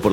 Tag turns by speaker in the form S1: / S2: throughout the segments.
S1: por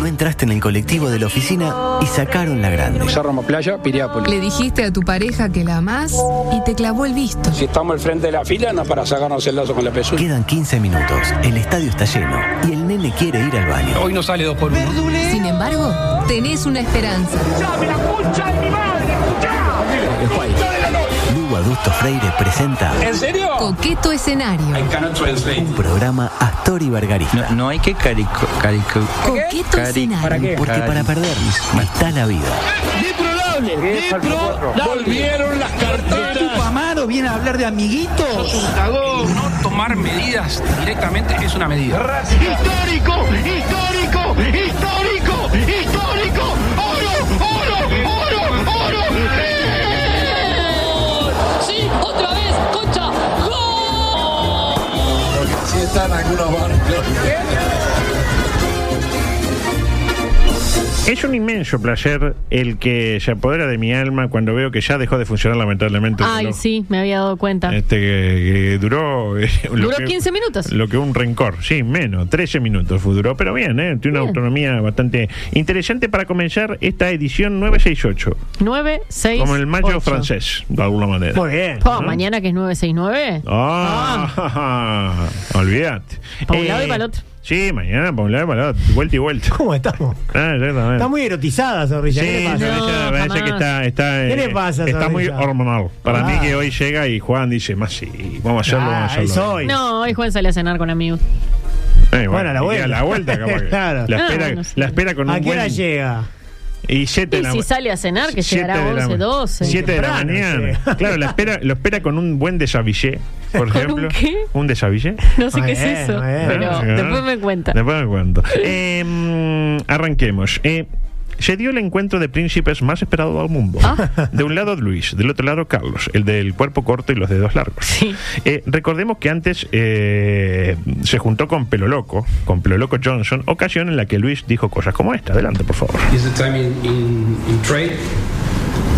S1: No entraste en el colectivo de la oficina y sacaron la grande.
S2: Cerro Playa, Piriápolis.
S3: Le dijiste a tu pareja que la amás y te clavó el visto.
S2: Si estamos al frente de la fila, no para sacarnos el lazo con la PSU.
S1: Quedan 15 minutos, el estadio está lleno y el nene quiere ir al baño.
S2: Hoy no sale dos por uno.
S3: Sin embargo, tenés una esperanza.
S1: Lugo Adusto Freire presenta
S2: ¿En serio?
S3: Coqueto escenario.
S1: un programa Astor y Bargarista.
S4: No, no hay que carico, carico.
S3: Coqueto
S4: Cari-
S3: escenario.
S2: qué?
S1: Porque para perder está la vida.
S2: Volvieron las carteras.
S5: Amaro viene a hablar de amiguitos.
S2: No tomar medidas directamente es una medida.
S6: histórico, histórico, histórico, histórico, oro, oro, oro, oro.
S7: Sí, otra vez, concha. ¡Gol!
S8: Es un inmenso placer el que se apodera de mi alma cuando veo que ya dejó de funcionar lamentablemente. el
S9: Ay,
S8: reloj.
S9: sí, me había dado cuenta.
S8: Este que, que duró. eh, lo
S9: Duró
S8: que-
S9: 15 minutos.
S8: Lo que un rencor, sí, menos, 13 minutos fu- duró, pero bien, ¿eh? tiene una
S9: Bien.
S8: autonomía bastante interesante para comenzar esta edición 968,
S9: 9, 6.
S8: como el mayo francés, de alguna manera.
S5: Muy bien.
S9: Po, mañana que es 969.
S8: Ah, olvídate. Eh,
S9: Pa' un lado y pa' el otro.
S8: Sí, mañana, para un lado y para el otro, vuelta y vuelta.
S5: ¿Cómo estamos?
S8: Ah, exactamente.
S5: Está muy erotizada, sonrisa. ¿Qué le pasa?
S8: Sí, Zorrilla,
S9: No,
S8: parece
S9: jamás.
S8: que está, está,
S5: ¿Qué
S8: eh,
S5: le pasa,
S8: está muy
S5: Zorrilla?
S8: hormonal. Para
S5: Ah.
S8: mí que hoy llega y Juan dice, más sí, vamos a hacerlo,
S5: Ah,
S8: vamos a hacerlo.
S5: es hoy.
S9: No, hoy Juan sale a cenar con amigos.
S8: Eh,
S5: Bueno, a la
S8: y
S5: vuelta.
S8: A la vuelta, capaz que.
S5: Claro.
S8: La
S9: Ah,
S8: espera,
S9: bueno, sí.
S8: la espera con
S5: ¿A
S8: un
S5: qué hora
S8: buen-
S5: llega?
S8: Y siete de
S9: Y
S8: la
S9: si
S8: ma-
S9: sale a cenar, que
S8: siete
S9: llegará
S8: de la ma-
S9: 11, 12.
S8: siete de la
S5: Temprano,
S8: mañana.
S5: sí.
S8: Claro, la espera, lo espera con un buen desavillé,
S9: ¿Con
S8: por
S9: un
S8: ejemplo.
S9: qué?
S8: ¿Un desavillé?
S9: No sé qué es
S5: Bueno,
S9: eso,
S5: bueno.
S9: pero
S8: Ah,
S9: después me cuenta.
S8: Después me cuento. Eh, mm, arranquemos. Eh, se dio el encuentro de príncipes más esperado del mundo.
S9: Ah.
S8: De un lado Luis, del otro lado Carlos, el del cuerpo corto y los dedos largos.
S9: Sí.
S8: Eh, recordemos que antes eh, se juntó con Pelo Loco, con Pelo Loco Johnson, ocasión en la que Luis dijo cosas como esta. Adelante, por favor.
S10: Is the time in, in, in trade?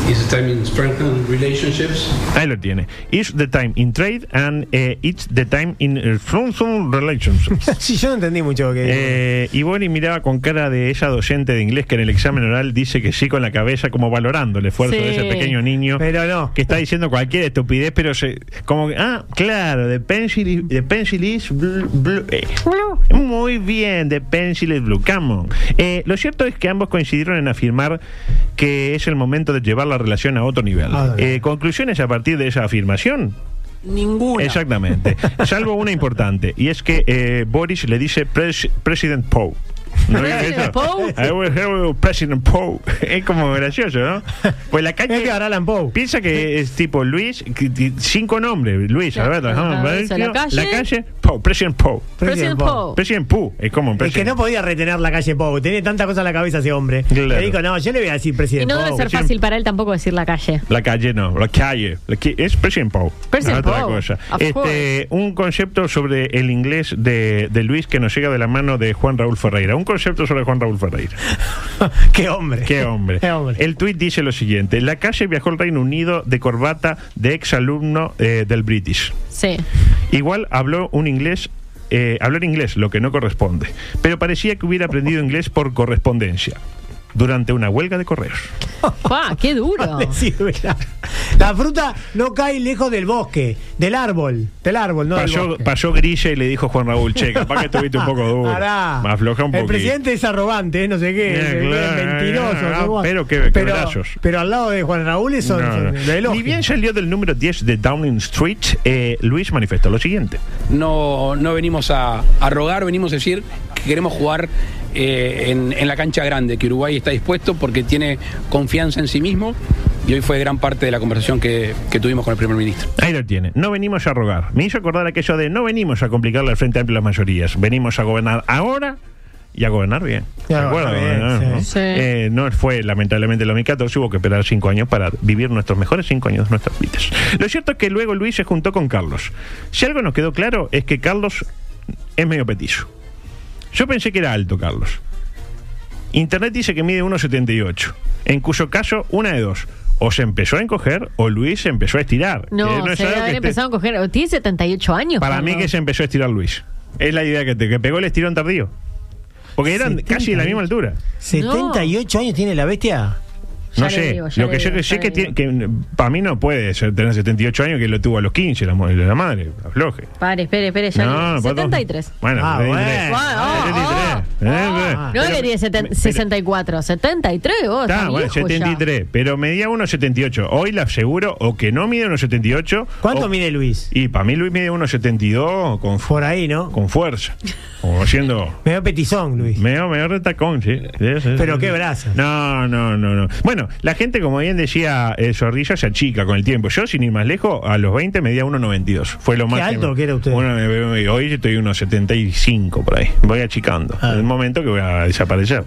S10: Is the time in strengthen relationships?
S8: Ahí lo tiene. It's the time in trade and eh, it's the time in eh, frozen relationships.
S5: Sí, yo no entendí mucho lo que dijo.
S8: Eh, y Bonnie miraba con cara de esa docente de inglés que en el examen oral dice que sí con la cabeza, como valorando el esfuerzo
S9: Sí.
S8: de ese pequeño niño
S5: Pero no.
S8: que está diciendo cualquier estupidez, pero se, como que, ah, claro, the pencil is, the pencil is bl- bl- eh. Muy bien, the pencil is blue, come on. Eh, lo cierto es que ambos coincidieron en afirmar que es el momento de llevar la relación a otro nivel.
S5: Ah, bien.
S8: Eh, conclusiones a partir de esa afirmación.
S5: Ninguna.
S8: Exactamente. Salvo una importante. Y es que eh, Boris le dice pres- President Poe. ¿No es
S9: President
S8: eso?
S9: Poe.
S8: I will have you President Poe. Es como gracioso, ¿no? Pues la calle.
S5: Es que ahora Alan Poe.
S8: Piensa que es tipo Luis, que- que- cinco nombres. Luis,
S9: Claro,
S8: Alberto,
S9: claro,
S8: Alejandro,
S9: eso, la
S8: Alberto,
S9: calle.
S8: Poe, President Poe.
S9: President Poe.
S8: President Poe. Es como un
S5: Es que
S8: President
S5: no podía retener la calle Pou. Tenía tanta cosa en la cabeza ese hombre.
S8: Claro.
S5: Le dijo, no, yo le voy a decir
S9: Y
S5: presidente
S9: no debe
S5: Pou.
S9: ser
S8: siempre-
S9: fácil para él tampoco decir la calle.
S8: La calle no, la calle. La que- es President Poe.
S9: Persian
S8: no, otra
S9: Poe,
S8: cosa.
S9: of
S8: Este,
S9: course.
S8: un concepto sobre el inglés de, de Luis que nos llega de la mano de Juan Raúl Ferreira. Un concepto sobre Juan Raúl Ferreira.
S5: Qué hombre.
S8: Qué hombre.
S5: Qué hombre.
S8: El tuit dice lo siguiente. La calle viajó al Reino Unido de corbata de exalumno eh, del British.
S9: Sí.
S8: Igual habló un inglés. eh, habló en inglés, lo que no corresponde. Pero parecía que hubiera aprendido inglés por correspondencia durante una huelga de correos.
S9: ¡Pua, qué duro!
S5: Le sirve la- La fruta no cae lejos del bosque, del árbol, del árbol, no del
S8: pasó,
S5: bosque.
S8: pasó Grilla y le dijo Juan Raúl, che, capaz que estuviste un poco duro.
S5: Pará.
S8: Afloja un
S5: El
S8: poquito.
S5: presidente es arrogante, eh, no sé qué,
S8: Eh,
S5: es
S8: claro,
S5: mentiroso.
S8: ah,
S5: qué guay.
S8: pero qué- qué
S5: pero,
S8: brazos.
S5: pero al lado de Juan Raúl es son,
S8: No, no.
S5: son de elogio.
S8: Ni bien salió del número 10 de Downing Street, eh, Luis manifestó lo siguiente.
S2: No, no venimos a, a rogar, venimos a decir que queremos jugar eh, en, en la cancha grande, que Uruguay está dispuesto porque tiene confianza en sí mismo y hoy fue gran parte de la conversación que, que tuvimos con el primer ministro.
S8: Ahí lo tiene. No venimos a rogar. Me hizo acordar aquello de no venimos a complicarle al Frente Amplio a las mayorías. Venimos a gobernar ahora y a gobernar bien.
S5: Y a
S8: ¿De
S5: gobernar
S8: acuerdo?
S5: bien,
S8: ¿No?
S5: sí.
S9: Sí.
S8: Eh, no fue lamentablemente el 2014, hubo que esperar cinco años para vivir nuestros mejores cinco años de nuestras vidas. Lo cierto es que luego Luis se juntó con Carlos. Si algo nos quedó claro es que Carlos es medio petizo. Yo pensé que era alto, Carlos. Internet dice que mide 1,78. En cuyo caso, una de dos. O se empezó a encoger o Luis se empezó a estirar. Que
S9: No,
S8: es
S9: se debe
S8: algo que
S9: haber
S8: esté-
S9: empezado a coger. Oh, Tiene 78 años.
S8: Para
S9: Carlos.
S8: mí que se empezó a estirar Luis. Es la idea que te que pegó el estirón tardío. Porque eran casi de la misma altura.
S5: 78 años tiene la bestia.
S9: Ya
S8: No
S9: le
S8: sé,
S9: digo, ya
S8: lo
S9: le
S8: que yo
S9: digo,
S8: que
S9: ya
S8: sé
S9: le
S8: que,
S9: digo.
S8: tiene- que para mí no puede ser tener 78 años que lo tuvo a los 15 la, mu- la madre, afloje.
S9: Pare, espere, espere. Ya
S8: No,
S9: le-
S8: no,
S9: 73.
S8: Bueno,
S5: Ah,
S8: 73.
S5: bueno.
S9: Ah, ah,
S8: 73. Eh,
S9: No
S8: pero-
S9: le diría seten-
S8: pero-
S9: 64, 73 vos.
S8: Está,
S9: estás
S8: bueno,
S9: viejo ya.
S8: 73, pero medía 1,78. Hoy la aseguro o que no mide 1,78.
S5: ¿Cuánto
S8: o-
S5: mide Luis?
S8: Y para mí Luis mide 1,72 con, fu-
S5: Por ahí, ¿no?
S8: con fuerza. Como siendo
S5: Me da petizón, Luis.
S8: Medio, medio retacón, sí. Sí, sí, sí,
S5: Pero
S8: sí.
S5: qué brazos.
S8: No, no, no, no. Bueno, la gente, como bien decía eh, Zorrilla, se achica con el tiempo. Yo, sin ir más lejos, a los 20 medía 1,92. Fue lo más.
S5: alto que era usted?
S8: Bueno, me- me- eh, hoy estoy 1,75 por ahí. Voy achicando.
S5: Ah.
S8: En el momento que voy a desaparecer.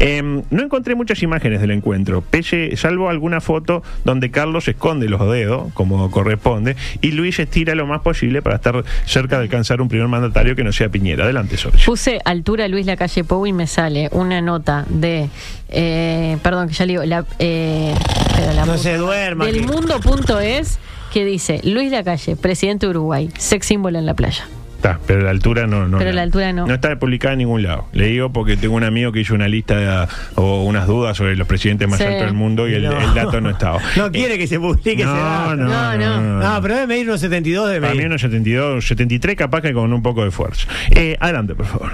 S8: Em, no encontré muchas imágenes del encuentro, pese, salvo alguna foto donde Carlos esconde los dedos, como corresponde, y Luis estira lo más posible para estar cerca de alcanzar un primer mandatario que no sea Piñera. Adelante, Zorrilla.
S9: Puse altura Luis la calle Pou y me sale una nota de. eh, perdón, que ya le digo. La, eh, pero la
S5: No
S9: puta
S5: se duerma.
S9: del
S5: que-
S9: mundo.es que dice Luis Lacalle, presidente de Uruguay, sex símbolo en la playa.
S8: Está, pero la altura no, no.
S9: Pero
S8: no.
S9: la altura no.
S8: No está publicada en ningún lado. Le digo porque tengo un amigo que hizo una lista de- o unas dudas sobre los presidentes más
S9: Sí.
S8: altos del mundo y el, el dato no estaba.
S5: No quiere que se publique ese
S8: no, no,
S5: dato.
S9: No,
S8: no, no,
S9: no.
S5: Ah, pero debe medir unos 72 de
S8: Para mí
S5: medir.
S8: unos 72, 73 capaz que con un poco de fuerza. Eh, adelante, por favor.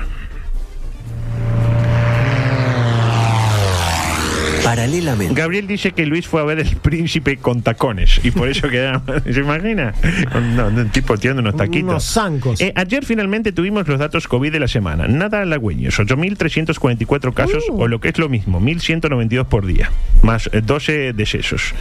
S1: Paralelamente,
S8: Gabriel dice que Luis fue a ver el príncipe con tacones y por eso quedaba. ¿Se imagina? Con- no, un tipo tirando unos taquitos.
S5: Unos zancos.
S8: Eh, ayer finalmente tuvimos los datos COVID de la semana. Nada halagüeños. 8.344 casos, o lo que es lo mismo, 1.192 por día. Más eh, 12 decesos.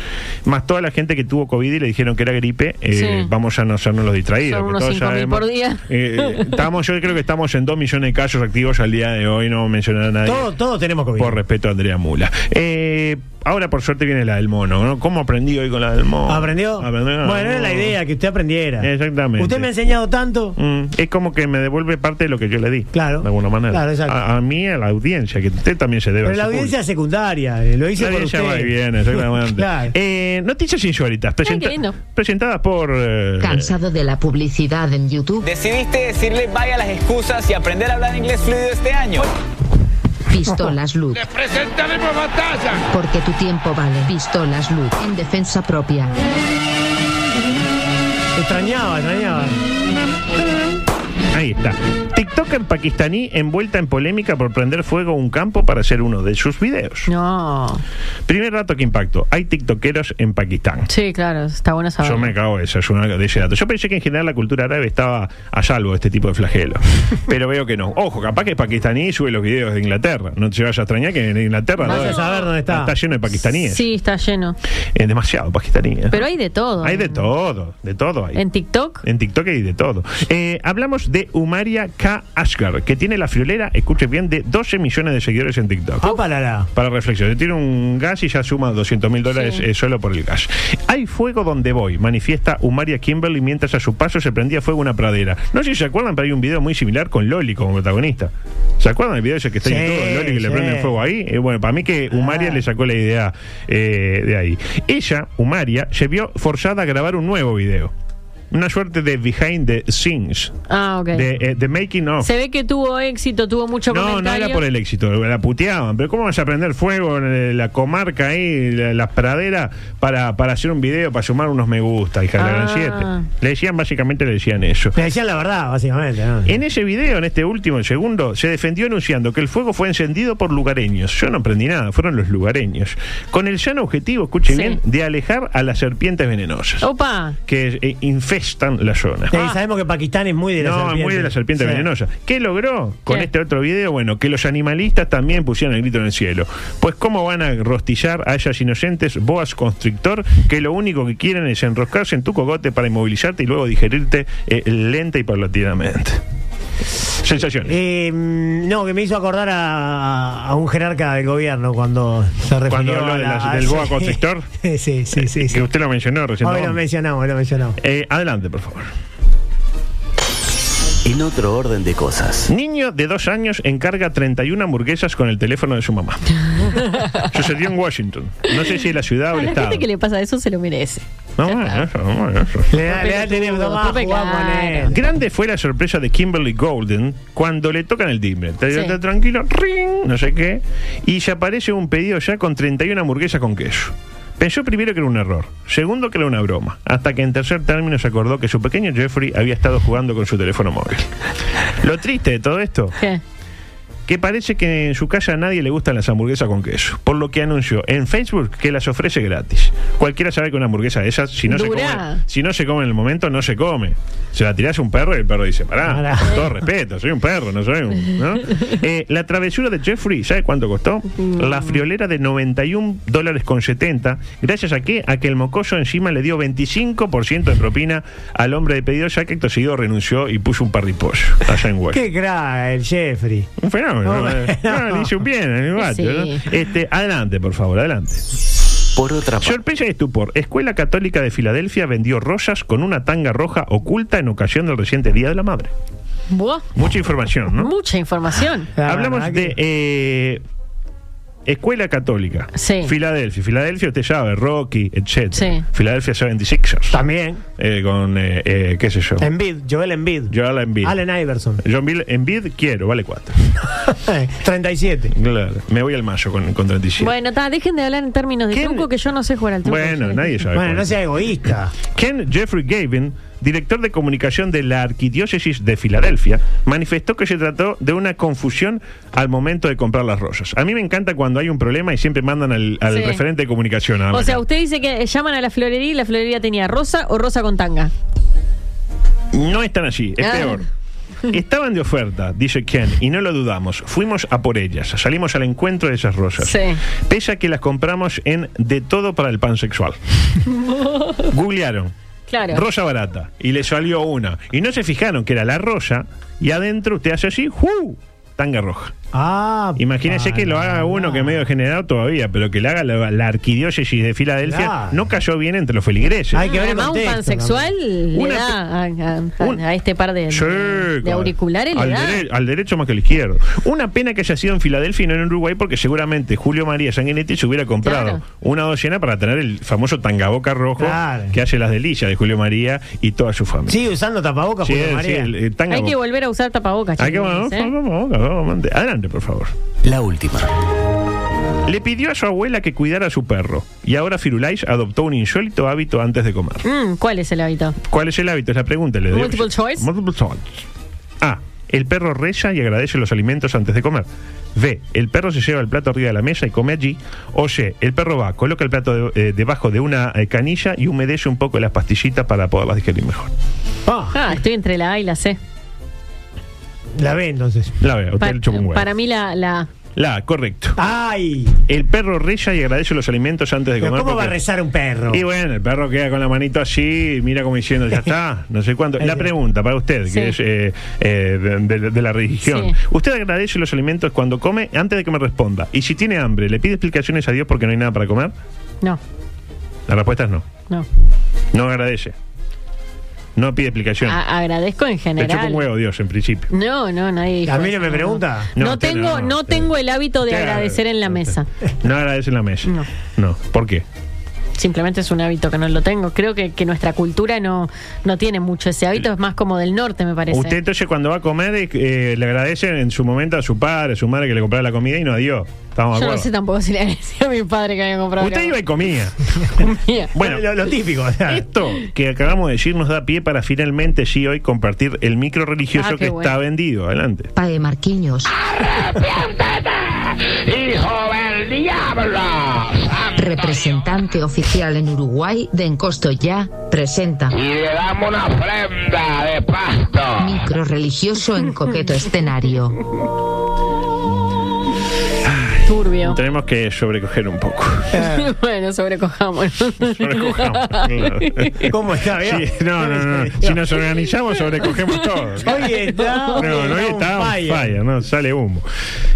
S8: Más toda la gente que tuvo COVID y le dijeron que era gripe. eh,
S9: Sí.
S8: Vamos a no hacernos los distraídos.
S9: Son
S8: que
S9: unos
S8: todos
S9: 5.000
S8: sabemos.
S9: por día.
S8: Eh, estamos, yo creo que estamos en 2 millones de casos activos al día de hoy. No mencionar a nadie.
S5: Todos todos tenemos COVID.
S8: Por respeto a Andrea Mula. Eh, ahora, por suerte, viene la del mono. ¿no? ¿Cómo aprendí hoy con la del mono?
S5: ¿Aprendió?
S8: Aprendí con
S5: Bueno, era
S8: del
S5: la
S8: mono.
S5: idea que usted aprendiera.
S8: Exactamente.
S5: Usted me ha enseñado tanto.
S8: Mm, es como que me devuelve parte de lo que yo le di.
S5: Claro.
S8: De alguna manera.
S5: Claro, exacto.
S8: a, a mí, a la audiencia, que usted también se debe.
S5: Pero la
S8: a su
S5: audiencia
S8: público.
S5: secundaria, eh, lo hice
S8: La
S5: por
S8: audiencia
S5: usted.
S8: va y viene, exactamente.
S5: Claro.
S8: Eh, noticias insólitas. presenta-
S9: qué lindo.
S8: presentadas por. eh,
S7: de la publicidad en YouTube?
S11: Decidiste decirle vaya a las excusas y aprender a hablar inglés fluido este año.
S7: Pistolas Luz. ¡Les presentaremos batalla! Porque tu tiempo vale. Pistolas Luz. En defensa propia.
S5: Extrañaba, extrañaba.
S8: Ahí está. TikToker pakistaní envuelta en polémica por prender fuego a un campo para hacer uno de sus videos.
S9: No.
S8: Primer dato que impacto. Hay TikTokeros en Pakistán.
S9: Sí, claro, está bueno saber.
S8: Yo me cago de eso, es una de ese dato. Yo pensé que en general la cultura árabe estaba a salvo de este tipo de flagelo. pero veo que no. Ojo, capaz que es pakistaní y sube los videos de Inglaterra. No te vayas a extrañar que en Inglaterra
S5: Vas
S8: no-
S5: a saber dónde está.
S8: está lleno de pakistaníes.
S9: Sí, está lleno.
S8: Eh, demasiado pakistaníes.
S9: Pero hay de todo.
S8: Hay de todo, de todo hay.
S9: En TikTok.
S8: En TikTok hay de todo. Eh, hablamos de Umaria K. Asgar, que tiene la friolera, escuche bien, de 12 millones de seguidores en TikTok.
S5: Ah, para la.
S8: Para reflexión, tiene un gas y ya suma 200 mil dólares eh, solo por el gas. Hay fuego donde voy, manifiesta Umaria Kimberly mientras a su paso se prendía fuego una pradera. No sé si se acuerdan, pero hay un video muy similar con Loli como protagonista. ¿Se acuerdan del video ese que está en
S5: Sí,
S8: todo Loli que le
S5: sí.
S8: prenden fuego ahí? Eh, bueno, para mí que Umaria
S5: Ah.
S8: le sacó la idea eh, de ahí. Ella, Umaria, se vio forzada a grabar un nuevo video. Una suerte de behind the scenes,
S9: Ah, ok.
S8: de eh, the making of.
S9: Se ve que tuvo éxito, tuvo mucho
S8: No, no
S9: este comentario.
S8: era por el éxito, la puteaban. Pero ¿cómo vas a prender fuego en eh, la comarca ahí, la- las praderas, para, para hacer un video, para sumar unos me gusta, hija de la gran
S9: Ah.
S8: siete? Le decían, básicamente le decían eso.
S5: Me decían la verdad, básicamente. ¿no?
S8: En ese video, en este último, el segundo, se defendió anunciando que el fuego fue encendido por lugareños. Yo no aprendí nada, fueron los lugareños. Con el llano objetivo, escuchen
S9: Sí. Oh.
S8: bien, de alejar a las serpientes venenosas
S9: Opa.
S8: que eh, infestan la zona.
S5: Sí, sabemos que Pakistán es muy de la
S8: Ah. no,
S5: serpiente.
S8: muy de la serpiente
S5: Sí.
S8: venenosa. ¿Qué logró con
S9: ¿Qué?
S8: este otro video? Bueno, que los animalistas también pusieran el grito en el cielo. Pues, ¿cómo van a rostillar a esas inocentes boas constrictor que lo único que quieren es enroscarse en tu cogote para inmovilizarte y luego digerirte eh, lenta y paulatinamente? Sensaciones.
S5: Eh, mm, no, que me hizo acordar a, a un jerarca del gobierno cuando se refirió
S8: Cuando habló
S5: a
S8: de
S5: la-
S8: la-
S5: a-
S8: del boa
S5: sí.
S8: constrictor. Eh,
S5: sí, sí, sí. sí,
S8: Que usted lo mencionó recién.
S5: Hoy
S8: ¿no?
S5: lo mencionamos, hoy lo mencionamos.
S8: Eh, adelante, por favor.
S1: En otro orden de cosas.
S8: Niño de dos años encarga 31 hamburguesas con el teléfono de su mamá. Sucedió en Washington. No sé si es la ciudad o
S9: A
S8: el
S9: la
S8: estado.
S9: gente que le pasa eso se lo merece.
S8: No, bueno, eso, no, bueno, eso. Eh,
S5: Le da, le da el teléfono,
S9: Tú,
S5: tomá,
S9: tú
S5: jugá con
S9: pecado.
S5: él.
S8: Grande fue la sorpresa de Kimberly Golden cuando le tocan el timbre. Está
S9: Sí.
S8: está tranquilo, ring, no sé qué. Y se aparece un pedido ya con 31 hamburguesas con queso. Pensó primero que era un error, segundo que era una broma, hasta que en tercer término se acordó que su pequeño Jeffrey había estado jugando con su teléfono móvil. Lo triste de todo esto
S9: ¿Qué?
S8: que parece que en su casa a nadie le gustan las hamburguesas con queso, por lo que anunció en Facebook que las ofrece gratis. Cualquiera sabe que una hamburguesa de esas, si no, se come,
S9: Dura.
S8: si no se come en el momento, no se come. Se la tirás a un perro y el perro dice, pará,
S5: Pará.
S8: con todo respeto, soy un perro, no soy un... ¿no? Eh, la travesura de Jeffrey, ¿sabe cuánto costó? La friolera de 91 dólares con 70, gracias a que, a que el mocoso encima le dio 25% de propina al hombre de pedido, ya que acto seguido renunció y puso un parripollo allá en Washington.
S5: Qué crack el Jeffrey.
S8: Un fenómeno.
S5: No,
S8: ¿no? Ah,
S5: no.
S8: No, le hizo un bien al gato,
S9: Sí.
S8: ¿no? Este, adelante, por favor, adelante.
S1: Por otra parte.
S8: Sorpresa y estupor. Escuela Católica de Filadelfia vendió rosas con una tanga roja oculta en ocasión del reciente Día de la Madre.
S9: Buah,
S8: Mucha información, ¿no?
S9: Mucha información.
S5: La
S8: Hablamos
S5: verdad
S8: de eh, Escuela Católica.
S9: Sí.
S8: Filadelfia. Filadelfia, usted sabe, Rocky, etc.
S9: Sí.
S8: Filadelfia 76ers.
S5: También.
S8: Eh, con, eh, eh, qué sé yo.
S5: Envid, Joel Envid.
S8: Joel Embiid.
S5: Allen Iverson.
S8: John Bill Embiid, quiero, vale 4.
S5: 37.
S8: Claro. Me voy al mayo con, con 37.
S9: Bueno, ta, dejen de hablar en términos de
S8: ¿Quién-
S9: truco que yo no sé jugar al truco.
S8: Bueno,
S9: Sí.
S8: nadie sabe.
S5: Bueno,
S8: cuál
S5: no
S8: es.
S5: sea egoísta.
S8: Ken Jeffrey Gavin, director de comunicación de la Arquidiócesis de Filadelfia, manifestó que se trató de una confusión al momento de comprar las rosas. A mí me encanta cuando hay un problema y siempre mandan al, al
S9: Sí.
S8: referente de comunicación. a
S9: O sea,
S8: hablar.
S9: usted dice que llaman a la florería y la florería tenía rosa o rosa con tanga.
S8: No están allí, es
S9: Ah.
S8: peor. Estaban de oferta, dice Ken, y no lo dudamos. Fuimos a por ellas, salimos al encuentro de esas rosas.
S9: Sí.
S8: Pese a que las compramos en De Todo para el Pan Sexual. Googlearon.
S9: Claro.
S8: Rosa barata. Y le salió una. Y no se fijaron que era la rosa. Y adentro usted hace así, ¡ju! Tanga roja.
S5: Ah,
S8: Imagínese que lo haga uno que medio generado todavía, pero que le haga la, la arquidiócesis de Filadelfia.
S5: Claro.
S8: No cayó bien entre los feligreses.
S5: Hay que ver el
S9: Además, un
S5: contexto,
S9: pansexual le
S8: Una
S9: da a, a- a-
S8: un-
S9: a este par de,
S8: Sí,
S9: de
S8: claro.
S9: auriculares, le
S8: al,
S9: da.
S8: dere- al derecho más que al izquierdo. Una pena que haya sido en Filadelfia y no en Uruguay, porque seguramente Julio María Sanguinetti se hubiera comprado
S9: Claro.
S8: una docena para tener el famoso tangaboca rojo
S5: Claro.
S8: que hace las delicias de Julio María y toda su familia.
S5: Sigue usando tapabocas,
S8: Sí,
S5: Julio
S8: sí,
S5: María.
S8: el- el tanga
S9: Hay que
S8: boca.
S9: volver a usar tapabocas.
S8: Hay que-
S9: chiquilines,
S8: vamos,
S9: ¿eh?
S8: vamos, vamos, vamos, vamos. Adelante, por favor.
S1: La última.
S8: Le pidió a su abuela que cuidara a su perro y ahora Firulais adoptó un insólito hábito antes de comer.
S9: Mm, ¿Cuál es el hábito?
S8: ¿Cuál es el hábito? Es la pregunta. Le doy
S9: Multiple
S8: opción.
S9: choice.
S8: Multiple choice. A. El perro reza y agradece los alimentos antes de comer. B. El perro se lleva el plato arriba de la mesa y come allí. O C. El perro va, coloca el plato de- eh, debajo de una eh, canilla y humedece un poco las pastillitas para poderlas digerir mejor.
S5: Ah,
S9: Ah, estoy entre la A y la C.
S5: la ve entonces.
S8: La B. Usted
S9: Pa-
S8: le chupa un huevo.
S9: para mí la, la A.
S8: La A, correcto.
S5: ¡Ay!
S8: El perro reza y agradece los alimentos antes de
S5: ¿Pero
S8: comer.
S5: cómo va a
S8: porque-
S5: rezar un perro?
S8: Y bueno, el perro queda con la manito así, y mira como diciendo, ya está, no sé cuánto. La pregunta para usted, que
S9: Sí.
S8: es eh, eh, de, de- de la religión.
S9: Sí.
S8: ¿Usted agradece los alimentos cuando come antes de que me responda? Y si tiene hambre, ¿le pide explicaciones a Dios porque no hay nada para comer?
S9: No,
S8: La respuesta es no.
S9: no.
S8: No agradece. No pide explicación.
S9: A- agradezco Ah, en
S8: Le chupa
S9: general.
S8: un huevo Dios en principio.
S9: No, no, nadie dijo
S5: ¿A mí
S9: eso,
S5: no me pregunta?
S9: No,
S8: No, usted
S9: tengo,
S8: no,
S9: no,
S8: usted-
S9: tengo el hábito de
S8: Usted
S9: agradecer en la
S8: agradece.
S9: mesa.
S8: No agradece en la mesa.
S9: No.
S8: No. ¿Por qué?
S9: Simplemente es un hábito que no lo tengo. Creo que, que nuestra cultura no, no tiene mucho ese hábito, es más como del norte, me parece.
S8: Usted entonces cuando va a comer eh, eh, le agradece en su momento a su padre, a su madre que le compraba la comida y no a Dios. Estamos
S9: Yo
S8: de
S9: no
S8: acuerdo.
S9: sé tampoco si le decía a mi padre que había comprado.
S8: Usted iba y comía.
S9: comía.
S8: Bueno,
S5: lo, lo típico. o sea.
S8: esto que acabamos de decir nos da pie para finalmente, sí, hoy compartir el micro religioso
S9: Ah, qué
S8: que
S9: bueno.
S8: está vendido. Adelante.
S7: Pae Marquiños.
S6: ¡Hijo del diablo!
S7: Representante oficial en Uruguay de Encosto Ya, presenta.
S6: Y le damos una ofrenda de pasto.
S7: Micro religioso en coqueto escenario.
S9: Turbio.
S8: Tenemos que sobrecoger un poco.
S9: bueno, sobrecojamos.
S8: Sobrecojamos, claro.
S5: ¿Cómo está? vea?
S8: Sí, no, no, no. Si nos organizamos, sobrecogemos todo.
S5: Hoy está.
S8: No, no, hoy
S5: está un
S8: está on
S5: fire.
S8: fire, no, sale humo.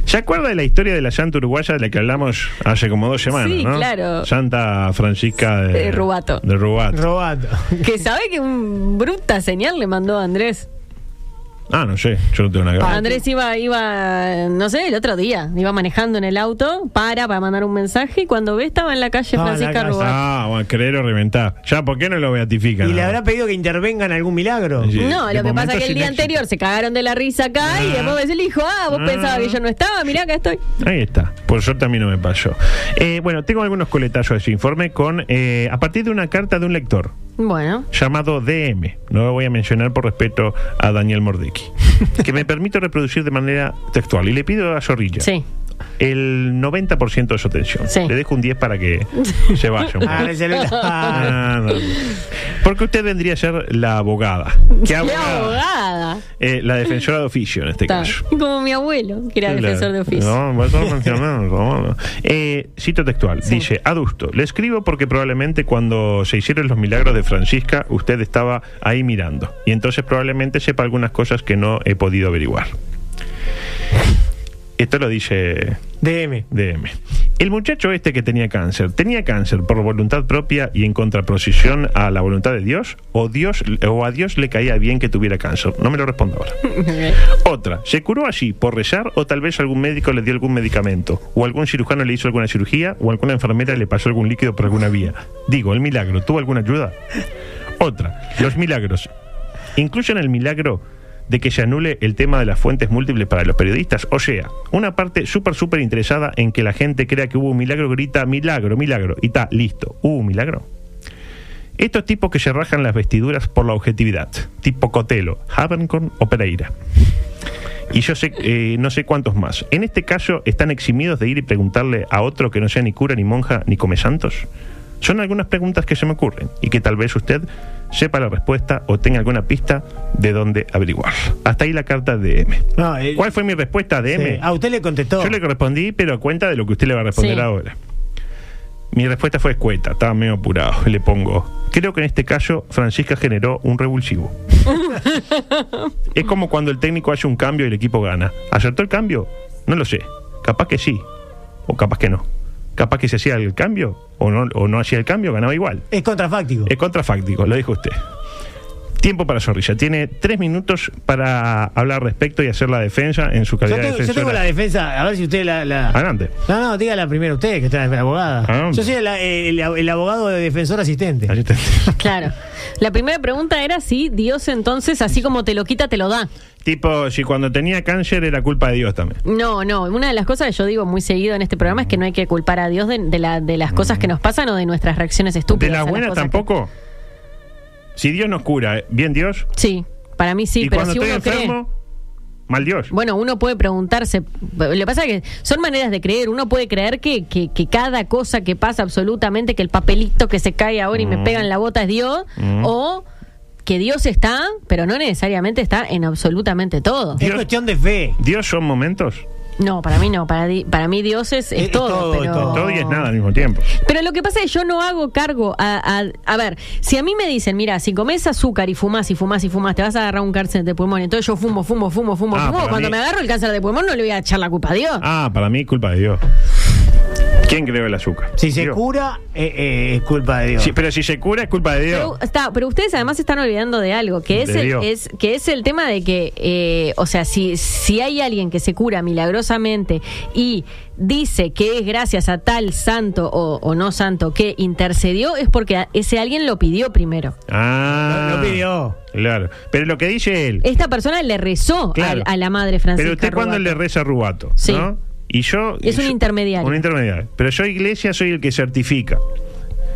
S8: ¿Se acuerda de la historia de la santa uruguaya de la que hablamos hace como dos semanas?
S9: Sí,
S8: no?
S9: claro.
S8: Santa Francisca de,
S9: De Rubato.
S8: De Rubato.
S5: Robato.
S9: que sabe que un bruta señal le mandó a Andrés.
S8: Ah, no sé, yo no tengo una cabeza.
S9: Andrés iba, iba, no sé, el otro día, iba manejando en el auto, para para mandar un mensaje y cuando ve estaba en la calle
S5: Ah, la
S9: Francisca
S5: calle.
S9: Rubá.
S8: Ah, bueno, creer o reventar. Ya, ¿por qué no lo beatifican?
S5: ¿Y le
S8: Ah.
S5: habrá pedido que intervengan algún milagro?
S8: Sí.
S9: No,
S8: De
S9: lo que pasa
S8: momento
S9: es que el
S8: sin
S9: día
S8: éxito.
S9: anterior se cagaron de la risa acá y
S8: Ah.
S9: después ves el hijo, ah, vos
S8: Ah.
S9: pensabas que yo no estaba, mirá acá estoy.
S8: Ahí está. Por suerte a mí no me pasó. Eh, bueno, tengo algunos coletazos de ese informe con eh, a partir de una carta de un lector
S9: Bueno,
S8: llamado DM. No lo voy a mencionar por respeto a Daniel Mordecki. que me permito reproducir de manera textual. Y le pido a Zorrilla
S9: sí.
S8: el 90% de su atención.
S9: Sí.
S8: Le dejo un 10 para que se vaya. un poco.
S5: Ah, en el celular.
S8: Ah, no. Porque usted vendría a ser la abogada. ¿Qué
S9: ¡Qué
S8: abogada?
S9: abogada!
S8: Eh, la defensora de oficio en este
S9: Está.
S8: caso.
S9: Como mi abuelo, que era
S8: Claro.
S9: defensor de oficio.
S8: No, vos no mencionás, no. Eh, cito textual. Dice, adusto, le escribo porque probablemente cuando se hicieron los milagros de Francisca, usted estaba ahí mirando. Y entonces probablemente sepa algunas cosas que no he podido averiguar. Esto lo dice
S5: DM.
S8: DM. El muchacho este que tenía cáncer, ¿tenía cáncer por voluntad propia y en contraposición a la voluntad de Dios? ¿O, Dios, o a Dios le caía bien que tuviera cáncer? No me lo responda ahora. Otra, ¿se curó así por rezar o tal vez algún médico le dio algún medicamento? ¿O algún cirujano le hizo alguna cirugía? ¿O alguna enfermera le pasó algún líquido por alguna vía? Digo, el milagro, ¿tuvo alguna ayuda? Otra, los milagros. ¿Incluyen el milagro de que se anule el tema de las fuentes múltiples para los periodistas? O sea, una parte súper, súper interesada en que la gente crea que hubo un milagro, grita milagro, milagro, y está, listo, hubo un milagro. Estos tipos que se rajan las vestiduras por la objetividad, tipo Cotelo, Habercorn o Pereira. Y yo sé, eh, no sé cuántos más. En este caso, ¿están eximidos de ir y preguntarle a otro que no sea ni cura, ni monja, ni come santos? Son algunas preguntas que se me ocurren y que tal vez usted sepa la respuesta o tenga alguna pista de dónde averiguar. Hasta ahí la carta DM.
S5: No, eh,
S8: ¿Cuál fue mi respuesta a DM?
S5: sí. A usted le contestó.
S8: Yo le correspondí, pero a cuenta de lo que usted le va a responder
S9: Sí.
S8: ahora. Mi respuesta fue escueta, estaba medio apurado. Le pongo, creo que en este caso Francisca generó un revulsivo. es como cuando el técnico hace un cambio y el equipo gana. ¿Acertó el cambio? No lo sé. Capaz que sí, o capaz que no. Capaz que se hacía el cambio, o no, o no hacía el cambio, ganaba igual.
S5: Es contrafáctico.
S8: Es contrafáctico, lo dijo usted. Tiempo para Zorrilla. Tiene tres minutos para hablar al respecto y hacer la defensa en su
S5: Yo
S8: calidad
S5: tengo,
S8: de
S5: yo tengo
S8: defensora. ¿Ah?
S5: la defensa, a ver si usted la. la-
S8: Adelante.
S5: No, no, dígala primero usted, que está la abogada.
S8: Adelante.
S5: Yo soy la- el, el abogado de defensor asistente.
S8: Ahí está.
S9: Claro. La primera pregunta era si Dios entonces, así como te lo quita, te lo da.
S8: Tipo, si cuando tenía cáncer era culpa de Dios también.
S9: No, no. Una de las cosas que yo digo muy seguido en este programa es que no hay que culpar a Dios de, de la- de las cosas que nos pasan o de nuestras reacciones
S8: Mm. ¿De
S9: estúpidas. a
S8: las buenas
S9: cosas que-
S8: tampoco? Si Dios nos cura, ¿eh? bien Dios.
S9: Sí, para mí sí,
S8: y
S9: pero
S8: cuando
S9: si
S8: estoy
S9: uno cree.
S8: enfermo, mal Dios.
S9: Bueno, uno puede preguntarse, lo que pasa es que son maneras de creer, uno puede creer que, que, que cada cosa que pasa absolutamente, que el papelito que se cae ahora y me
S8: Mm.
S9: pega en la bota es Dios, o que Dios está, pero no necesariamente está en absolutamente todo.
S5: Es
S8: Dios-
S5: cuestión de fe.
S8: ¿Dios son momentos?
S9: No, para mí no, para, di- para mí Dios es, es
S5: Es
S9: todo.
S5: todo, es
S9: pero...
S5: todo.
S8: Todo y es nada al mismo tiempo.
S9: Pero lo que pasa es que yo no hago cargo a, a, a ver, si a mí me dicen, mira, si comes azúcar y fumás y fumás y fumás, te vas a agarrar un cáncer de pulmón, entonces yo fumo, fumo, fumo, fumo,
S8: Ah,
S9: fumo,
S8: para
S9: cuando
S8: mí-
S9: me agarro el cáncer de pulmón no le voy a echar la culpa a Dios.
S8: Ah, para mí culpa de Dios. ¿Quién creó el azúcar?
S5: Si se
S8: Dios.
S5: cura, eh, eh, es culpa de Dios.
S8: Sí, pero si se cura es culpa de Dios.
S9: Pero, está, pero ustedes además se están olvidando de algo, que es,
S8: De
S9: el,
S8: Dios.
S9: es- que es el tema de que, eh, o sea, si, si hay alguien que se cura milagrosamente y dice que es gracias a tal santo o, o no santo que intercedió, es porque a- ese alguien lo pidió primero.
S8: Ah.
S5: Lo pidió.
S8: Claro. Pero lo que dice él.
S9: Esta persona le rezó a-
S8: Claro.
S9: a, la madre Francisca.
S8: Pero usted cuando
S9: Rubato.
S8: le reza a Rubato,
S9: Sí.
S8: ¿no? Y yo...
S9: Es un
S8: yo-
S9: intermediario.
S8: Un intermediario. Pero yo iglesia soy el que certifica.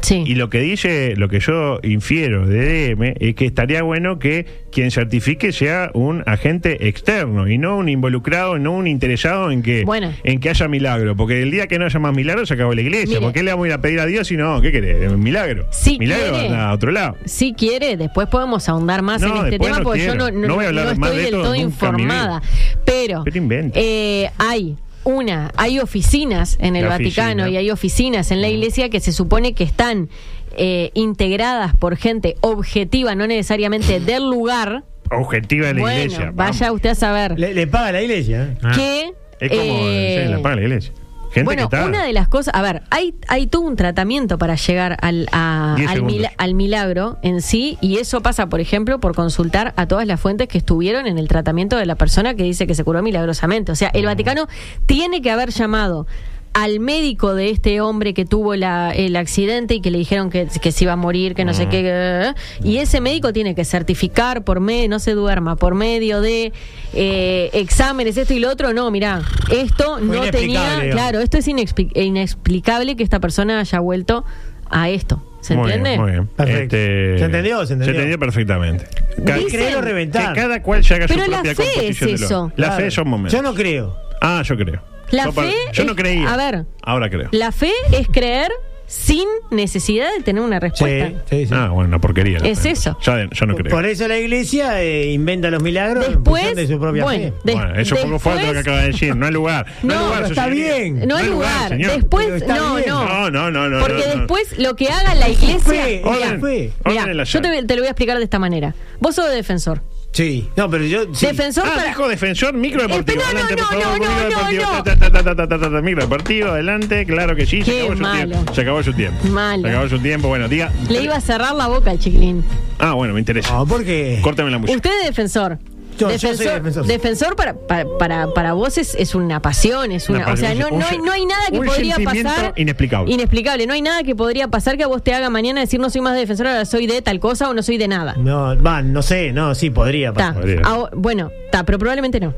S9: Sí.
S8: Y lo que dice, lo que yo infiero de DM es que estaría bueno que quien certifique sea un agente externo y no un involucrado, no un interesado en que,
S9: Bueno.
S8: en que haya milagro. Porque el día que no haya más milagro se acabó la iglesia.
S9: Mire.
S8: ¿Por qué le vamos a ir a pedir a Dios si no? ¿Qué querés? ¿Milagro?
S9: Si
S8: ¿Milagro?
S9: quiere.
S8: Anda a otro lado.
S9: Si quiere, después podemos ahondar más
S8: No,
S9: en este
S8: después
S9: tema
S8: no
S9: porque yo no,
S8: quiero.
S9: no-
S8: No voy a hablar
S9: no
S8: más
S9: estoy
S8: de
S9: del
S8: esto
S9: todo
S8: nunca en mi
S9: informada.
S8: vida.
S9: Pero
S8: Pero invento.
S9: eh, hay una, hay oficinas en el
S8: La
S9: Vaticano
S8: oficina. Mm.
S9: y hay oficinas en la iglesia que se supone que están eh, integradas por gente objetiva, no necesariamente del lugar.
S8: Objetiva de la
S9: bueno,
S8: iglesia.
S9: vaya
S8: vamos.
S9: usted a saber
S5: Le, le paga la iglesia. ¿eh?
S8: Ah.
S9: que
S8: Es como
S9: eh,
S8: sí, la paga la iglesia. gente que
S9: bueno,
S8: está.
S9: una de las cosas, a ver, hay, hay todo un tratamiento para llegar al, a-
S8: Diez
S9: al,
S8: segundos.
S9: mila- al milagro en sí, y eso pasa, por ejemplo, por consultar a todas las fuentes que estuvieron en el tratamiento de la persona que dice que se curó milagrosamente. O sea, el Vaticano tiene que haber llamado al médico de este hombre que tuvo la- el accidente y que le dijeron que, que se iba a morir, que no sé qué, que- y ese médico tiene que certificar por medio, no se duerma, por medio de eh, exámenes, esto y lo otro, no, mirá, esto no tenía,
S8: inexplicable, digamos.
S9: claro, esto es inexpli- inexplicable que que esta persona haya vuelto a esto. ¿Se
S8: Muy bien,
S9: entiende?
S8: muy bien.
S5: Perfecto.
S8: Este,
S5: ¿Se entendió? Se entendió.
S8: perfectamente. Ca-
S9: Dicen-
S5: Creer o
S8: que
S5: reventar.
S8: cada cual se haga
S9: Pero
S8: su
S9: la
S8: propia
S9: fe es
S8: composición de lo-
S9: eso.
S8: La
S5: Claro.
S8: fe son momentos.
S5: Yo no creo.
S8: Ah, yo creo.
S9: La
S8: Yo par-
S9: fe
S8: Yo no
S9: es-
S8: creía.
S9: a ver.
S8: Ahora creo.
S9: La fe es creer sin necesidad de tener una respuesta.
S5: Sí, sí.
S8: Ah, bueno, una porquería. la
S9: Es
S8: fe.
S9: eso.
S8: Ya de- yo no creo.
S5: Por eso la iglesia eh, inventa los milagros en
S9: Después,
S5: función de su propia
S9: bueno,
S5: fe.
S9: de-
S8: bueno, eso es poco fuerte lo que
S9: después-
S8: acaba de decir. No hay lugar. No, hay
S9: No,
S8: lugar,
S5: pero está
S8: señoría.
S5: bien.
S9: No
S8: hay
S9: hay lugar.
S8: señor.
S5: Pero
S9: Después,
S5: está
S9: no,
S5: bien.
S8: No,
S9: no.
S8: no, no, no,
S9: Porque
S8: no, no.
S9: después lo que haga la iglesia.
S5: Fe,
S9: Mirá,
S5: orden, fe.
S9: mirá,
S8: orden en la
S9: yo te,
S8: llave.
S9: te lo voy a explicar de esta manera. Vos sos defensor.
S5: Sí. No, pero yo. sí.
S9: Defensor
S8: Ah,
S9: para.
S8: dijo defensor, micro deportivo.
S9: Espera, no,
S8: adelante,
S9: no,
S8: por favor,
S9: no,
S8: micro
S9: no,
S8: deportivo.
S9: no, no.
S8: Ta, ta, ta, ta, ta, ta, ta, ta, micro deportivo, adelante, claro que sí. Se
S9: Qué
S8: acabó su
S9: malo.
S8: tiempo. Se acabó su tiempo.
S9: Malo.
S8: Se acabó su tiempo. Bueno, diga.
S9: Le iba a cerrar la boca al chiquilín.
S8: Ah, bueno, me interesa.
S5: No, porque.
S8: Córtame la música.
S9: Usted es defensor.
S5: Yo- yo soy defensor.
S9: defensor para, para, para, para vos es, es una pasión, es una.
S8: Una
S9: o sea,
S8: pasión,
S9: no,
S8: un
S9: no, hay,
S8: se-
S9: no hay nada que
S8: un
S9: podría
S8: sentimiento
S9: pasar.
S8: inexplicable.
S9: Inexplicable. No hay nada que podría pasar que a vos te haga mañana decir no soy más defensor, ahora soy de tal cosa o no soy de nada.
S5: No, va, no sé, no, sí, podría
S9: Ta.
S5: pasar.
S8: Mm. Podría.
S9: Ah, bueno, está, pero probablemente no.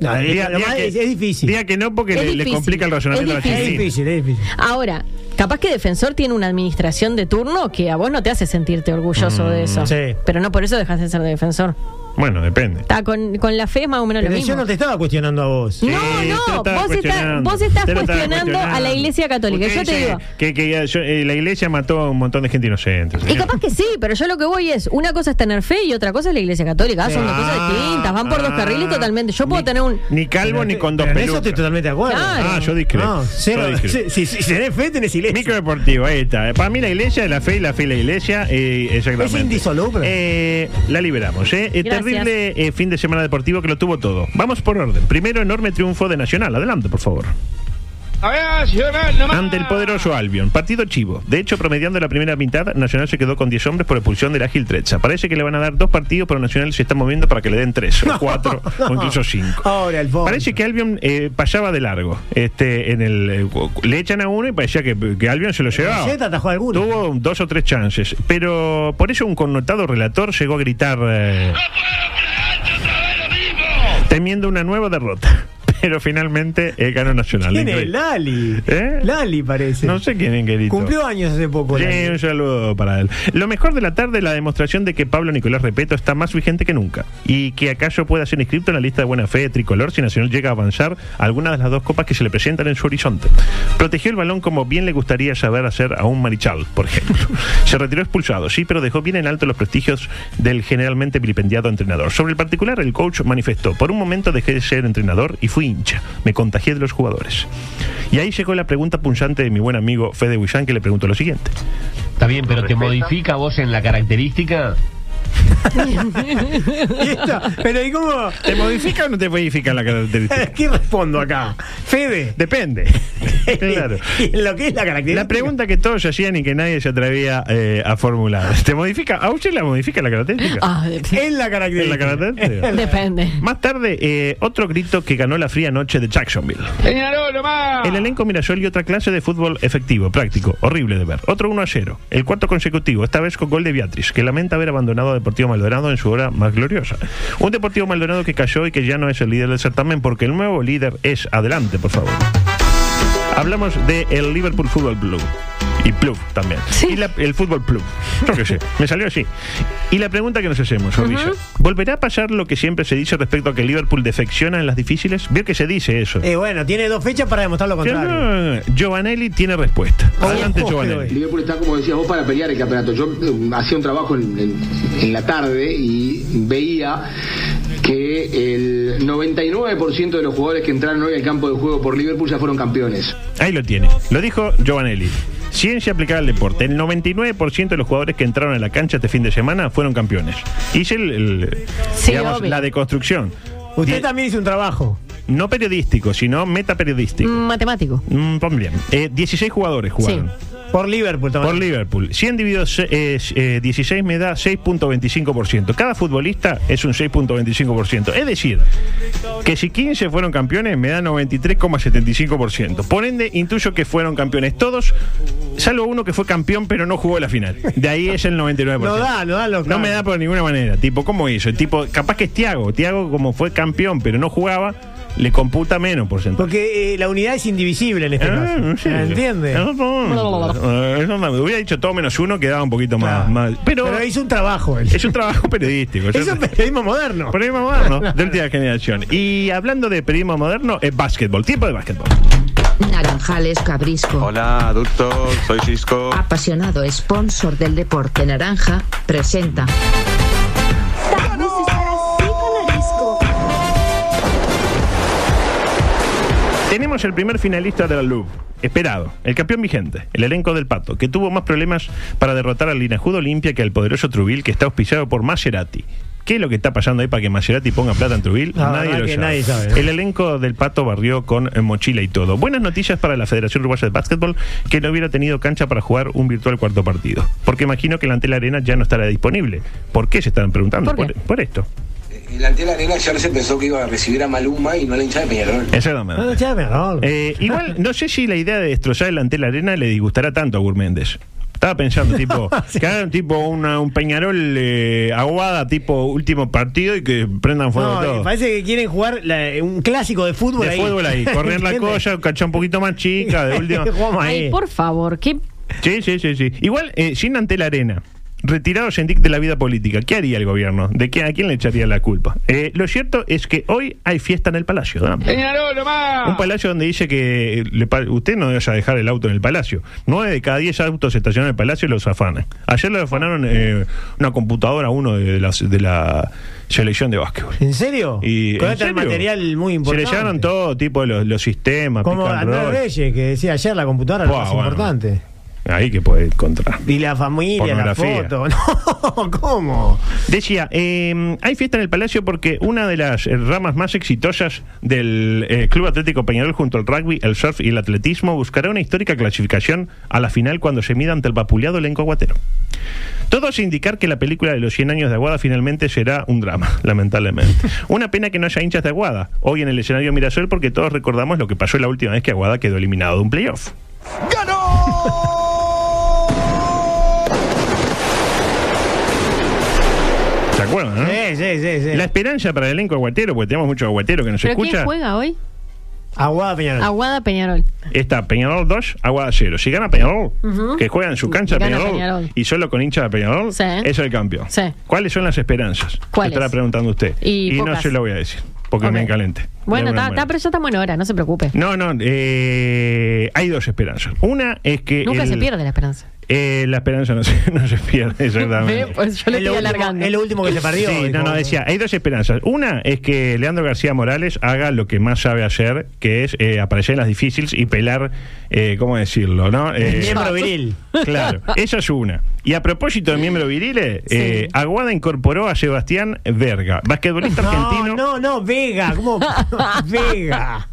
S5: No, es,
S8: Diga-
S5: lo
S8: diga
S5: más-
S8: que-
S5: es- es difícil.
S8: Diga que no porque
S9: Es
S8: le, le
S9: difícil.
S8: complica el razonamiento a la
S9: que-
S5: es
S8: gente.
S5: difícil, es difícil.
S9: Ahora, capaz que defensor tiene una administración de turno que a vos no te hace sentirte orgulloso
S8: Mm.
S9: de eso.
S5: sí.
S9: Pero no por eso dejas de ser defensor.
S8: Bueno, depende.
S9: Ta, con, con la fe es más o menos
S5: Pero
S9: lo mismo.
S5: yo no te estaba cuestionando a vos.
S9: No,
S8: usted
S9: no,
S8: estaba
S9: vos estás-
S8: cuestionando.
S9: vos estás
S8: Usted lo estaba
S9: cuestionando a la Iglesia Católica.
S8: Usted
S9: Yo te
S8: dice
S9: digo-
S8: Que, que yo- eh, la iglesia mató a un montón de gente inocente.
S9: Y
S8: señor.
S9: capaz que sí, pero yo lo que voy es, una cosa es tener fe y otra cosa es la iglesia católica. Ah, Son dos cosas distintas, van por dos
S8: Ah,
S9: carriles totalmente. Yo puedo
S8: ni-
S9: tener un...
S8: Ni calvo ni con dos
S5: Pero en eso
S8: pelucas.
S5: estoy totalmente de acuerdo.
S9: Claro.
S8: Ah, yo discrepo.
S5: No,
S8: Yo
S5: cero.
S8: discrepo.
S5: Si, si, si tenés fe, tenés iglesia.
S8: Micro deportivo, ahí está. Para mí la iglesia, la fe y la fe y la iglesia, eh, exactamente.
S5: Es indisoluble.
S8: Eh, la liberamos, ¿eh? Eh,
S9: Gracias.
S8: Terrible eh, fin de semana deportivo que lo tuvo todo. Vamos por orden. Primero, enorme triunfo de Nacional. Adelante, por favor. Ante el poderoso Albion, partido chivo. De hecho, promediando la primera mitad, Nacional se quedó con 10 hombres por expulsión del Ágil Trecha. Parece que le van a dar dos partidos, pero Nacional se está moviendo para que le den tres, o cuatro, o incluso cinco.
S5: Ahora, Alfonso.
S8: Parece que Albion eh, pasaba de largo. Este, en el, eh, le echan a uno y parecía que, que Albion se lo llevaba.
S5: Rosetta atajó alguno.
S8: Tuvo dos o tres chances, pero por eso un connotado relator llegó a gritar eh, temiendo una nueva derrota. Pero finalmente eh, ganó Nacional.
S5: ¿Quién es?
S8: Increíble.
S5: Lali.
S8: ¿Eh?
S5: Lali parece.
S8: No sé quién es que gritó.
S5: Cumplió años hace poco.
S8: Sí,
S5: Lali.
S8: un saludo para él. Lo mejor de la tarde, la demostración de que Pablo Nicolás Repeto está más vigente que nunca y que acaso pueda ser inscripto en la lista de buena fe de tricolor si Nacional llega a avanzar alguna de las dos copas que se le presentan en su horizonte. Protegió el balón como bien le gustaría saber hacer a un marichal, por ejemplo. Se retiró expulsado, sí, pero dejó bien en alto los prestigios del generalmente vilipendiado entrenador. Sobre el particular, el coach manifestó: Por un momento dejé de ser entrenador y fui hincha. Me contagié de los jugadores. Y ahí llegó la pregunta punzante de mi buen amigo Fede Bullán, que le preguntó lo siguiente.
S12: Está bien, pero ¿te modifica vos en la característica?
S5: Y esto- Pero ¿y cómo?
S8: ¿Te modifica o no te modifica la característica?
S5: ¿Qué respondo acá? Fede.
S8: Depende. claro.
S5: Y lo que es la característica.
S8: La pregunta que todos hacían y que nadie se atrevía eh, a formular. ¿Te modifica? ¿A usted la modifica la característica?
S9: Ah, de-
S5: Es la característica.
S8: ¿Es la característica?
S5: Es la-
S9: depende.
S8: Más tarde, eh, otro grito que ganó la fría noche de Jacksonville. El elenco Mirasol y otra clase de fútbol efectivo, práctico, horrible de ver. Otro 1 a 0, el cuarto consecutivo, esta vez con gol de Beatriz, que lamenta haber abandonado a Deportivo Maldonado en su hora más gloriosa. Un Deportivo Maldonado que cayó y que ya no es el líder del certamen porque el nuevo líder es adelante, por favor. Hablamos de el Liverpool Football Club. Y Club también. Y la- el Fútbol Club. Yo qué sé. Me salió así. Y la pregunta que nos hacemos, Orrillo, ¿Volverá a pasar lo que siempre se dice respecto a que Liverpool defecciona en las difíciles? Vio que se dice eso.
S5: Eh, bueno, tiene dos fechas para demostrar lo
S8: Pero
S5: contrario.
S8: no, no, no. Giovanelli tiene respuesta.
S5: Ojo,
S8: Adelante,
S5: ojo,
S8: Giovanelli.
S5: eh.
S13: Liverpool está, como decías vos, para pelear el campeonato. Yo eh, hacía un trabajo en, en- en la tarde y veía que el 99% de los jugadores que entraron hoy al campo de juego por Liverpool ya fueron campeones.
S8: Ahí lo tiene. Lo dijo Giovanelli. Ciencia aplicada al deporte. El 99% de los jugadores que entraron a la cancha este fin de semana fueron campeones. Hice el, el-
S9: Sí,
S8: digamos,
S9: obvio.
S8: la deconstrucción.
S5: Usted
S8: Die-
S5: también hizo un trabajo.
S8: no periodístico, sino metaperiodístico.
S9: Matemático.
S8: Mm, pon bien. Eh, 16 jugadores jugaron.
S5: Por Liverpool también.
S8: Por Liverpool. 100 dividido se- es, eh, 16 me da 6.25%. Cada futbolista es un 6.25%. Es decir, que si 15 fueron campeones me da 93,75%. Por ende, intuyo que fueron campeones todos, salvo uno que fue campeón pero no jugó la final. De ahí es el 99%.
S5: No da, no da lo
S8: No me da por ninguna manera. Tipo, ¿cómo hizo? Tipo, capaz que es Tiago. Tiago, como fue campeón pero no jugaba, le computa menos porcentaje.
S5: Porque eh, la unidad es indivisible en este caso.
S8: Eh,
S5: ¿Entiende?
S8: Ah, No, no, no. Eh, no, no, hubiera dicho todo menos uno, quedaba un poquito más. más- pero,
S5: Pero, hizo un trabajo él.
S8: es un trabajo periodístico.
S5: Es un periodismo moderno.
S8: Periodismo moderno, de última generación. Y hablando de periodismo moderno, es básquetbol, tiempo de básquetbol.
S7: Naranjales Cabrisco.
S14: Hola, adultos, soy Cisco.
S7: Apasionado sponsor del deporte naranja, presenta.
S8: Tenemos el primer finalista de la LUB, esperado, el campeón vigente, el elenco del Pato, que tuvo más problemas para derrotar al Linajudo Olimpia que al poderoso Trubil, que está auspiciado por Maserati. ¿Qué es lo que está pasando ahí para que Maserati ponga plata en Trubil?
S5: La verdad que nadie sabe, ¿no?
S8: El elenco del Pato barrió con eh, mochila y todo. Buenas noticias para la Federación Uruguaya de Básquetbol, que no hubiera tenido cancha para jugar un virtual cuarto partido. Porque imagino que la Antel Arena ya no estará disponible. ¿Por qué se están preguntando?
S9: ¿Por qué?
S8: por esto.
S15: El ante la arena ayer se pensó que iba a recibir a Maluma y no la hincha de Peñarol.
S8: Exactamente.
S5: No, Ah, ya, mejor.
S8: Eh, igual, no sé si la idea de destrozar el ante la arena le disgustará tanto a Gurméndez. Estaba pensando, tipo,
S5: Ah,
S8: que hagan tipo una- un Peñarol eh, aguada, tipo último partido y que prendan fuego
S5: No,
S8: todo.
S5: y parece que quieren jugar la- un clásico de fútbol
S8: de
S5: ahí.
S8: fútbol ahí, correr la
S5: ¿Entiendes?
S8: cosa, cachar un poquito más chica, de última.
S5: Jugamos ahí.
S9: Ay, por favor, qué
S8: Sí, sí, sí, sí. Igual, eh, sin ante la arena. Retirado Sendik de la vida política, ¿qué haría el gobierno? ¿De qué, ¿A quién le echaría la culpa? Eh, lo cierto es que hoy hay fiesta en el palacio. dame.
S6: Peñarol nomás.
S8: Un palacio donde dice que le pa- usted no vaya a dejar el auto en el palacio. Nueve de cada diez autos estacionan en el palacio y los afanan. Ayer le afanaron eh, una computadora a uno de, las- de la selección de básquetbol.
S5: ¿En serio?
S8: Y,
S5: Con
S8: ¿en
S5: este
S8: serio?
S5: material muy importante.
S8: Se le llevaron todo tipo de los, los sistemas.
S5: Como
S8: pick and
S5: Andrés
S8: roll.
S5: Reyes, que decía ayer la computadora
S8: Buah,
S5: lo más
S8: bueno.
S5: importante.
S8: Ahí que puede encontrar.
S5: Y la familia, la
S8: Pornografía.
S5: foto. No, ¿cómo?
S8: Decía, eh, hay fiesta en el Palacio porque una de las eh, ramas más exitosas del eh, Club Atlético Peñarol junto al rugby, el surf y el atletismo buscará una histórica clasificación a la final cuando se mida ante el vapuleado elenco aguatero. Todo hace indicar que la película de los 100 años de Aguada finalmente será un drama, lamentablemente. Una pena que no haya hinchas de Aguada hoy en el escenario Mirasol porque todos recordamos lo que pasó la última vez que Aguada quedó eliminado de un playoff. ¡Ganó! ¿Se acuerdan, no?
S5: Sí, sí, sí, sí.
S8: ¿Mm? La esperanza para el elenco aguatero, porque tenemos muchos aguateros que nos
S9: ¿Pero
S8: escucha.
S9: quién juega hoy?
S5: Aguada Peñarol.
S9: Aguada Peñarol.
S8: Está Peñarol 2, Aguada 0. Si gana Peñarol,
S9: Ujú.
S8: que juega en su cancha
S9: Gana
S8: Peñarol,
S9: Peñarol.
S8: y solo con hincha de Peñarol,
S9: Sí.
S8: es el campeón.
S9: Sí.
S8: ¿Cuáles son las esperanzas?
S9: ¿Cuáles?
S8: Estará preguntando usted.
S9: Y
S8: no
S9: pocas.
S8: se lo voy a decir, porque
S9: Ok.
S8: me encalente.
S9: Bueno,
S8: De alguna
S9: está,
S8: manera.
S9: está, pero ya estamos en hora, no se preocupe.
S8: No, no, eh, hay dos esperanzas. Una es que.
S9: Nunca
S8: Eh, el-
S9: se pierde la esperanza.
S8: eh, la esperanza no se, no se pierde, exactamente.
S9: Ve, pues yo lo
S5: Es lo
S9: estoy
S5: último-
S9: alargando.
S5: es lo último que se perdió.
S8: Sí,
S5: dijo.
S8: no, no, decía, hay dos esperanzas. Una es que Leandro García Morales haga lo que más sabe hacer, que es eh, aparecer en las difíciles y pelar, eh, ¿cómo decirlo? ¿no? Eh,
S5: Miembro viril.
S8: Claro, esa es una. Y a propósito de miembro viriles, eh, Aguada incorporó a Sebastián Verga, basquetbolista argentino.
S5: No, no, no, Vega. ¿Cómo? Vega.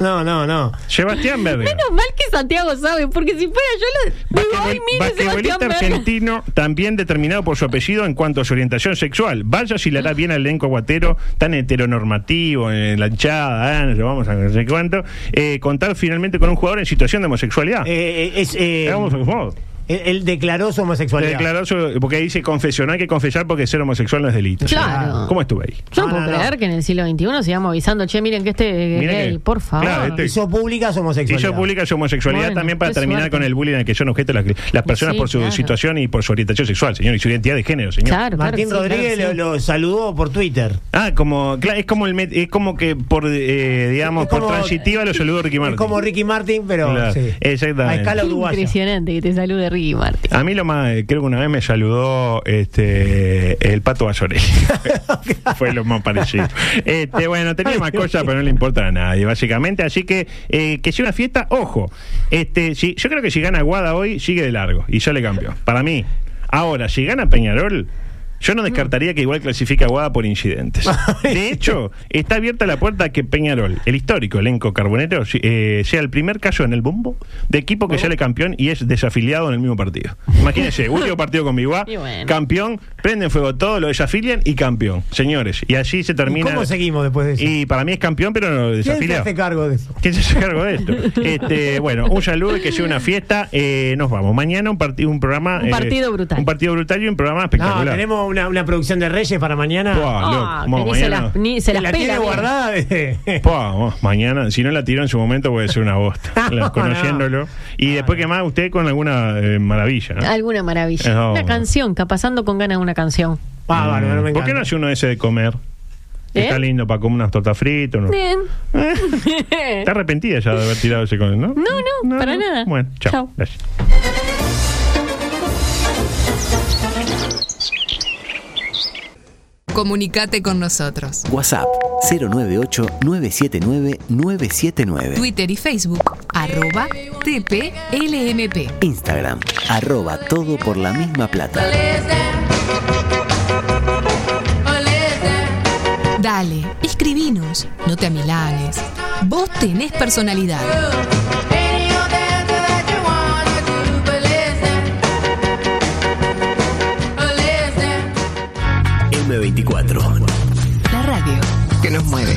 S5: No, no, no.
S8: Sebastián Verga.
S9: Menos mal que Santiago sabe, porque si fuera yo lo digo,
S8: Basquetbol-
S9: ay, mire, Sebastián
S8: basquetbolista
S9: Berger.
S8: argentino también determinado por su apellido en cuanto a su orientación sexual. Vaya si le hará bien al elenco aguatero tan heteronormativo, en la hinchada, ah, no sé, vamos a no sé cuánto, eh, contar finalmente con un jugador en situación de homosexualidad.
S5: Eh, eh, es, eh,
S8: Es
S5: él,
S8: homosexual.
S5: él declaró su homosexualidad.
S8: Eh, Declaró su- porque ahí dice confesión, no hay que confesar porque ser homosexual no es delito.
S9: Claro.
S8: ¿Cómo estuve ahí?
S9: Yo no,
S5: No,
S9: puedo
S5: no, no.
S9: creer que en el siglo XXI sigamos avisando, che, miren que este es
S8: Miren
S9: gay,
S8: que-
S9: por favor.
S8: Claro, este-
S5: Hizo pública su homosexualidad.
S8: Hizo pública su homosexualidad
S9: Bueno,
S8: también para
S9: qué
S8: terminar
S9: suerte.
S8: con el bullying al que son objeto las, las personas
S9: Sí,
S8: por su
S9: claro.
S8: situación y por su orientación sexual, señor, y su identidad de género, señor.
S9: Claro, claro
S5: Martín
S9: que sí,
S5: Rodríguez
S9: claro que sí.
S5: lo, lo saludó por Twitter.
S8: Ah, como, claro, es como el met- es como que por eh, digamos
S5: Es como-
S8: por transitiva lo saludo Ricky Martin.
S5: Es como Ricky Martin, pero
S8: Claro,
S5: sí.
S8: exactamente.
S5: a escala uruguaya.
S9: Impresionante que te salude Ricky Martin.
S8: A mí lo más, eh, creo que una vez me saludó este el pato Basorelli. Fue lo más parecido. Este, bueno, tenía más cosas, pero no le importa a nadie, básicamente. Así que eh, que sea una fiesta, ojo. Este, si, yo creo que si gana Guada hoy, sigue de largo y sale campeón. Para mí. Ahora, si gana Peñarol, Yo no descartaría que igual clasifica Aguada por incidentes. De hecho, está abierta la puerta a que Peñarol, el histórico elenco carbonero, si- eh, sea el primer caso en el bombo de equipo que sale campeón y es desafiliado en el mismo partido. Imagínense, último partido con Biguá,
S9: Y bueno.
S8: campeón, prenden fuego todo, lo desafilian y campeón. Señores, y así se termina.
S5: ¿Cómo seguimos después de eso?
S8: Y para mí es campeón, pero no
S5: ¿Quién se
S8: desafiliado.
S5: hace cargo de eso?
S8: ¿Quién se hace cargo de esto? Este, bueno, un saludo y que sea una fiesta. Eh, nos vamos. Mañana un, partido un programa.
S9: Un
S8: eh,
S9: partido brutal.
S8: Un partido brutal y un programa
S5: No,
S8: espectacular.
S5: tenemos una, una producción de Reyes para mañana.
S8: Buah, loco.
S9: Ah,
S8: Vamos,
S9: que ni se
S8: mañana.
S9: las, ni se ¿eh? las
S5: la
S9: pega.
S5: tiene
S9: bien.
S5: guardada de-
S8: Pua, vos, mañana, si no la tiró en su momento, puede ser una bosta. La- conociéndolo. Y
S5: Ah,
S8: después que más usted con alguna eh, maravilla, ¿no?
S9: Alguna maravilla.
S8: No.
S9: Una canción, capazando con ganas una canción.
S5: Ah, bárbaro, no me
S8: ¿Por qué no
S5: encanta.
S8: hace uno ese de comer?
S9: ¿Eh?
S8: Está lindo para comer unas tortas fritas. unos-
S9: Bien.
S8: Está arrepentida ya de haber tirado ese con, ¿no?
S9: No, no, para nada.
S8: Bueno, chao.
S9: Chau.
S8: Gracias.
S3: Comunicate con nosotros.
S1: WhatsApp 098-979-979.
S3: Twitter y Facebook, arroba TPLMP.
S1: Instagram, arroba todo por la misma plata.
S3: Dale, escribinos, no te amilanes. Vos tenés personalidad.
S1: M24.
S3: La radio.
S15: Que nos mueve.